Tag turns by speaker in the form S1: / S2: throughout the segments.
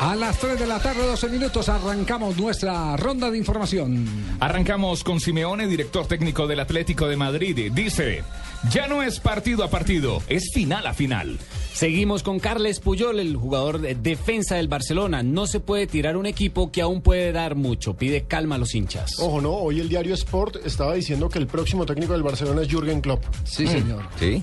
S1: A las 3 de la tarde, 12 minutos, arrancamos nuestra ronda de información.
S2: Arrancamos con Simeone, director técnico del Atlético de Madrid. Dice, ya no es partido a partido, es final a final.
S3: Seguimos con Carles Puyol, el jugador de defensa del Barcelona. No se puede tirar un equipo que aún puede dar mucho. Pide calma a los hinchas.
S4: Ojo, no, hoy el diario Sport estaba diciendo que el próximo técnico del Barcelona es Jürgen Klopp.
S1: Sí, señor.
S5: Mm. Sí.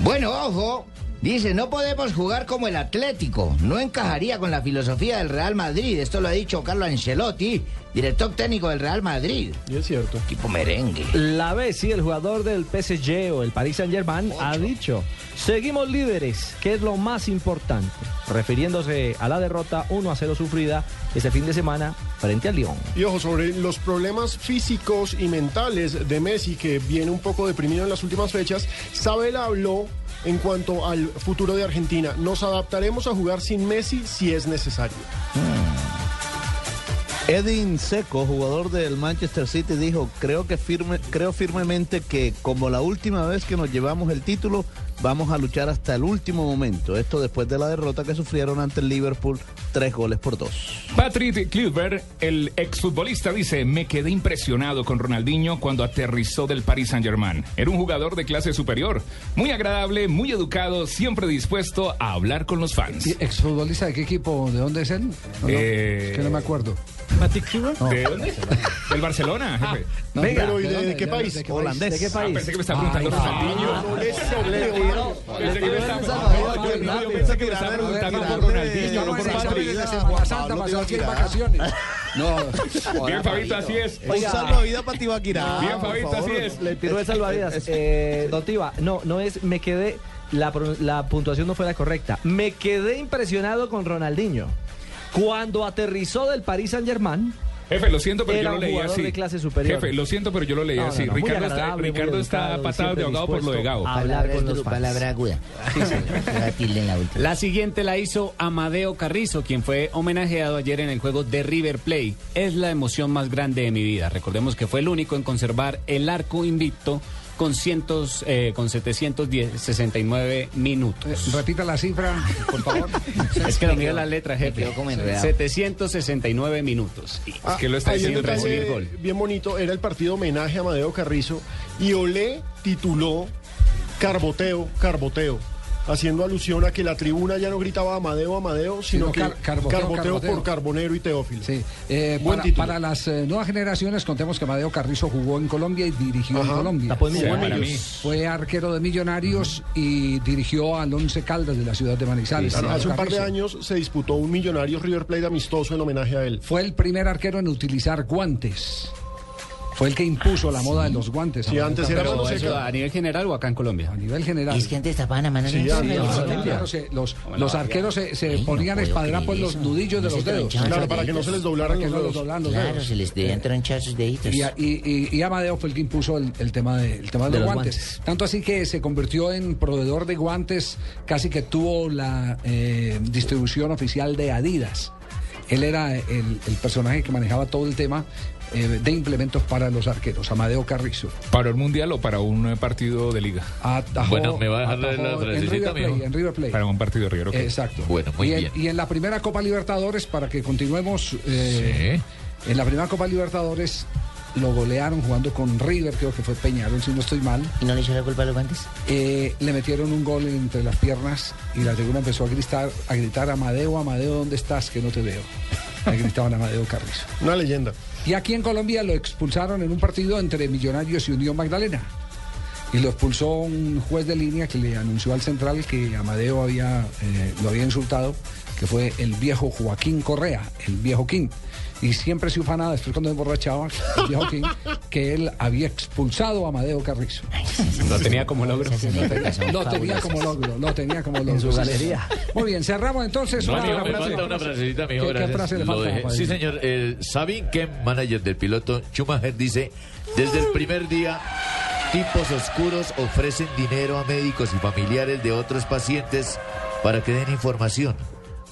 S5: Bueno, ojo. Dice, no podemos jugar como el Atlético. No encajaría con la filosofía del Real Madrid. Esto lo ha dicho Carlo Ancelotti, director técnico del Real Madrid.
S4: Y es cierto.
S5: Tipo merengue.
S6: La Bessi, el jugador del PSG o el Paris Saint-Germain, ha dicho, seguimos líderes, que es lo más importante, refiriéndose a la derrota 1 a 0 sufrida este fin de semana frente al Lyon.
S4: Y ojo, sobre los problemas físicos y mentales de Messi, que viene un poco deprimido en las últimas fechas, Sabel habló en cuanto al futuro de Argentina. Nos adaptaremos a jugar sin Messi si es necesario.
S7: Edin Seco, jugador del Manchester City, dijo, creo que firme, creo firmemente que como la última vez que nos llevamos el título, vamos a luchar hasta el último momento. Esto después de la derrota que sufrieron ante el Liverpool, tres goles por dos.
S2: Patrick Kluivert, el exfutbolista, dice, me quedé impresionado con Ronaldinho cuando aterrizó del Paris Saint-Germain. Era un jugador de clase superior, muy agradable, muy educado, siempre dispuesto a hablar con los fans.
S1: ¿Y ¿Exfutbolista de qué equipo? ¿De dónde es él? ¿O no?
S2: Eh,
S1: Es que no me acuerdo.
S2: ¿De dónde? Del Barcelona, jefe.
S1: No,
S4: Venga,
S1: pero
S4: ¿y de- de qué país?
S1: ¿De qué
S7: Holandés.
S1: ¿De qué
S2: Ah,
S1: país?
S2: pensé que me estaba preguntando Ronaldinho.
S4: No le sobreo, ¿no?
S2: Pensé que me estaba-
S1: Salvador,
S2: Yo- yo- yo
S1: rápido.
S2: pensé que me estaba preguntando por Ronaldinho, no
S1: Estamos
S2: por
S1: en
S2: Patrick.
S1: exámenes en Semana Santa,
S4: Pablo,
S1: pasó
S4: te
S1: aquí en
S4: tirará.
S1: vacaciones.
S2: Bien, Fabito, así es.
S7: Un salvavidas para Tibaquirá.
S2: Bien, Fabito, así es.
S6: Le tiró el salvavidas. Eh, don Tiba, no, no es, me quedé, la, pro- la puntuación no fue la correcta. Me quedé impresionado con Ronaldinho. Cuando aterrizó del Paris Saint-Germain,
S2: Jefe, lo siento, pero
S6: Era
S2: yo lo
S6: un
S2: leí
S6: jugador
S2: así.
S6: de clase superior.
S2: Jefe, lo siento, pero yo lo leí
S6: No, no,
S2: así.
S6: no, muy
S2: Ricardo está,
S6: agradable, muy
S2: Ricardo está
S6: educado,
S2: pasado de
S6: siempre
S2: ahogado por lo de
S6: dispuesto
S2: Gao.
S6: a- Hablar con los fans.
S5: Palabra aguda. Sí, señor. Se va a tilde en la última.
S3: La siguiente la hizo Amadeo Carrizo, quien fue homenajeado ayer en el juego de River Play. Es la emoción más grande de mi vida. Recordemos que fue el único en conservar el arco invicto con, cientos, eh, con 769
S1: Eh,
S3: minutos.
S1: Repita la cifra, por favor.
S3: Es que lo mira la letra,
S5: Me
S3: jefe.
S5: quedo como enredado.
S3: 769 minutos.
S4: Ah,
S2: que lo está
S4: hay un
S2: diciendo
S4: detalle
S2: recibir gol.
S4: Bien bonito, era el partido homenaje a Amadeo Carrizo y Olé tituló Carboteo, Carboteo, haciendo alusión a que la tribuna ya no gritaba Amadeo, Amadeo,
S1: Sino
S4: sino que
S1: car-
S4: carboteo,
S1: Carboteo, Carboteo.
S4: por Carbonero y Teófilo.
S1: Sí, eh,
S4: Buen
S1: para,
S4: título.
S1: para las eh, nuevas generaciones contemos que Amadeo Carrizo jugó en Colombia y dirigió
S4: Ajá.
S1: en Colombia.
S6: Tapó en
S2: O sea, para mí.
S1: Fue arquero de Millonarios y dirigió al Once Caldas de la ciudad de Manizales.
S4: Claro, hace un par de
S1: Carrizo.
S4: años se disputó un millonario River Plate amistoso en homenaje a él.
S1: Fue el primer arquero en utilizar guantes. Fue el que impuso la moda de los guantes.
S4: Ah, Sí,
S1: Amadeo
S4: antes era
S1: Carrizo.
S4: mano
S3: Pero eso
S4: seca.
S3: a nivel general o acá en Colombia.
S1: A nivel general.
S5: Es que antes tapaban a mano
S4: Sí,
S5: limpia.
S4: sí,
S1: Los
S4: sí.
S5: Claro.
S1: arqueros se- los,
S3: Bueno,
S1: los
S3: ya.
S1: arqueros se, se
S5: Ay, no
S1: ponían
S5: puedo
S1: espadrupos
S5: creer
S1: los
S5: eso.
S1: nudillos de
S5: No se
S1: los
S5: te
S1: dedos.
S5: hinchaban
S4: Claro,
S5: los
S4: para que no
S5: deditos.
S4: se les
S1: Para
S4: doblaran
S1: que
S4: los
S1: no los
S4: dedos.
S1: doblan los
S5: Claro,
S1: dedos.
S5: se les debían tronchar sus deditos.
S1: Y, a- y- y- y Amadeo fue el que impuso el, el tema, de, el tema de, los, guantes. Tanto así que se convirtió en proveedor de guantes, casi que tuvo la eh, distribución oficial de Adidas. Él era el, el personaje que manejaba todo el tema eh, de implementos para los arqueros, Amadeo Carrizo.
S2: ¿Para el Mundial o para un eh, partido de liga?
S1: Atajó,
S8: Bueno, me va a dejar la-
S1: atajó
S8: la
S1: en River
S8: frasecita,
S1: Plate,
S8: mijo.
S1: en River Plate.
S2: Para un partido de River, ok.
S1: Exacto.
S8: Bueno, muy
S1: y en,
S8: bien.
S1: Y en la primera Copa Libertadores, para que continuemos, eh, en la primera Copa Libertadores lo golearon jugando con River, creo que fue Peñarol, si no estoy mal.
S5: ¿Y no le echó la culpa a los guantes?
S1: Eh, le metieron un gol entre las piernas y la tribuna empezó a gritar, a gritar, Amadeo, Amadeo, ¿dónde estás? Que no te veo. Le gritaban Amadeo Carrizo.
S4: Una leyenda.
S1: Y aquí en Colombia lo expulsaron en un partido entre Millonarios y Unión Magdalena. Y lo expulsó un juez de línea que le anunció al central que Amadeo había, eh, lo había insultado que fue el viejo Joaquín Correa, el viejo King. Y siempre se ufanaba, después cuando emborrachaba, el viejo King, que él había expulsado a Amadeo Carrizo.
S9: Lo tenía como logro.
S1: Lo tenía como logro, lo tenía como logro.
S10: En su galería.
S1: Muy bien, cerramos entonces.
S6: No,
S1: una-
S6: amigo,
S1: una
S6: me
S1: frase.
S6: falta una frasecita, amigo.
S1: ¿Qué- qué
S6: gracias.
S1: frase le
S6: Lo
S1: falta,
S6: dejé.
S1: Rafael?
S6: Sí, señor. Eh, Sabin Kem, manager del piloto Schumacher, dice: Desde el primer día, tipos oscuros ofrecen dinero a médicos y familiares de otros pacientes para que den información.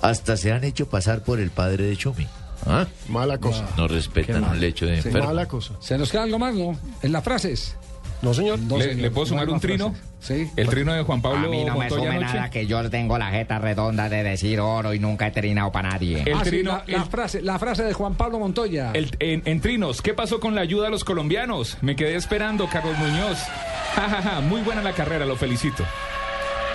S6: Hasta se han hecho pasar por el padre de Schumi. ¿Ah?
S4: Mala cosa.
S6: No respetan un lecho de enfermo.
S4: Mala cosa.
S1: ¿Se nos queda algo más, no? En las frases.
S4: No, señor.
S1: No,
S2: ¿Le,
S1: señor,
S2: le puedo
S1: no hay
S2: sumar un
S1: más
S2: trino?
S1: frases. Sí.
S2: El trino de Juan Pablo
S5: A mí no me
S2: Montoya
S5: sube
S2: anoche.
S5: nada que yo tengo la jeta redonda de decir oro y nunca he trinado para nadie.
S2: El
S1: Ah, sí,
S2: trino-
S1: la, la
S2: el-
S1: frase, la frase de Juan Pablo Montoya.
S2: El- en, en Trinos, ¿qué pasó con la ayuda a los colombianos? Me quedé esperando, Carlos Muñoz. Ja, ja, ja, muy buena la carrera, lo felicito.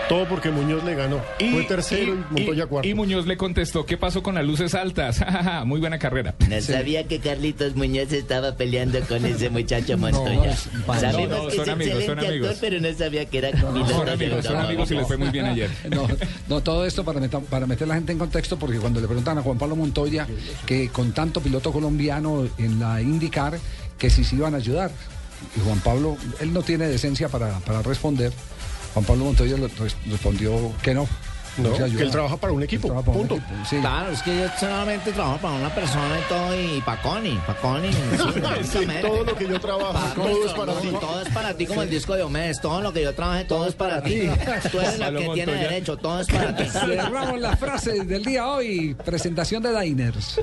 S4: Todo porque Muñoz le ganó. Fue tercero y, Montoya
S2: y-
S4: cuarto.
S2: y Muñoz le contestó, ¿qué pasó con las luces altas? Ja, ja, ja, muy buena carrera.
S11: No sabía que Carlitos Muñoz estaba peleando con ese muchacho
S1: no,
S11: Montoya.
S1: es-
S11: Sabemos
S2: no,
S11: pues, que es
S2: son amigos, son
S11: excelente actor,
S2: amigos.
S11: pero no sabía que era piloto
S2: Son
S11: de
S2: amigos, son
S11: automóvil.
S2: amigos y le fue muy bien ayer.
S1: No, no, todo esto para, meta- para meter la gente en contexto, porque cuando le preguntan a Juan Pablo Montoya que con tanto piloto colombiano en la IndyCar, que si se iban a ayudar. Y Juan Pablo, él no tiene decencia para, para responder. Juan Pablo Montoya le res- respondió que no.
S4: No,
S1: se ayuda.
S4: que él trabaja para un equipo,
S1: Él trabaja para un
S4: punto.
S1: equipo, sí.
S5: Claro, es que yo solamente trabajo para una persona y todo, y para Connie, para Connie.
S4: Todo lo que yo trabajo, todo es para ti.
S5: Todo es para ti, como el disco de Omedes, todo lo que yo trabaje, todo es para ti. Tú eres la
S2: Pablo
S5: que tiene
S2: Montoya.
S5: derecho, todo es para ti.
S1: Cerramos la frase del día hoy. Presentación de Diners.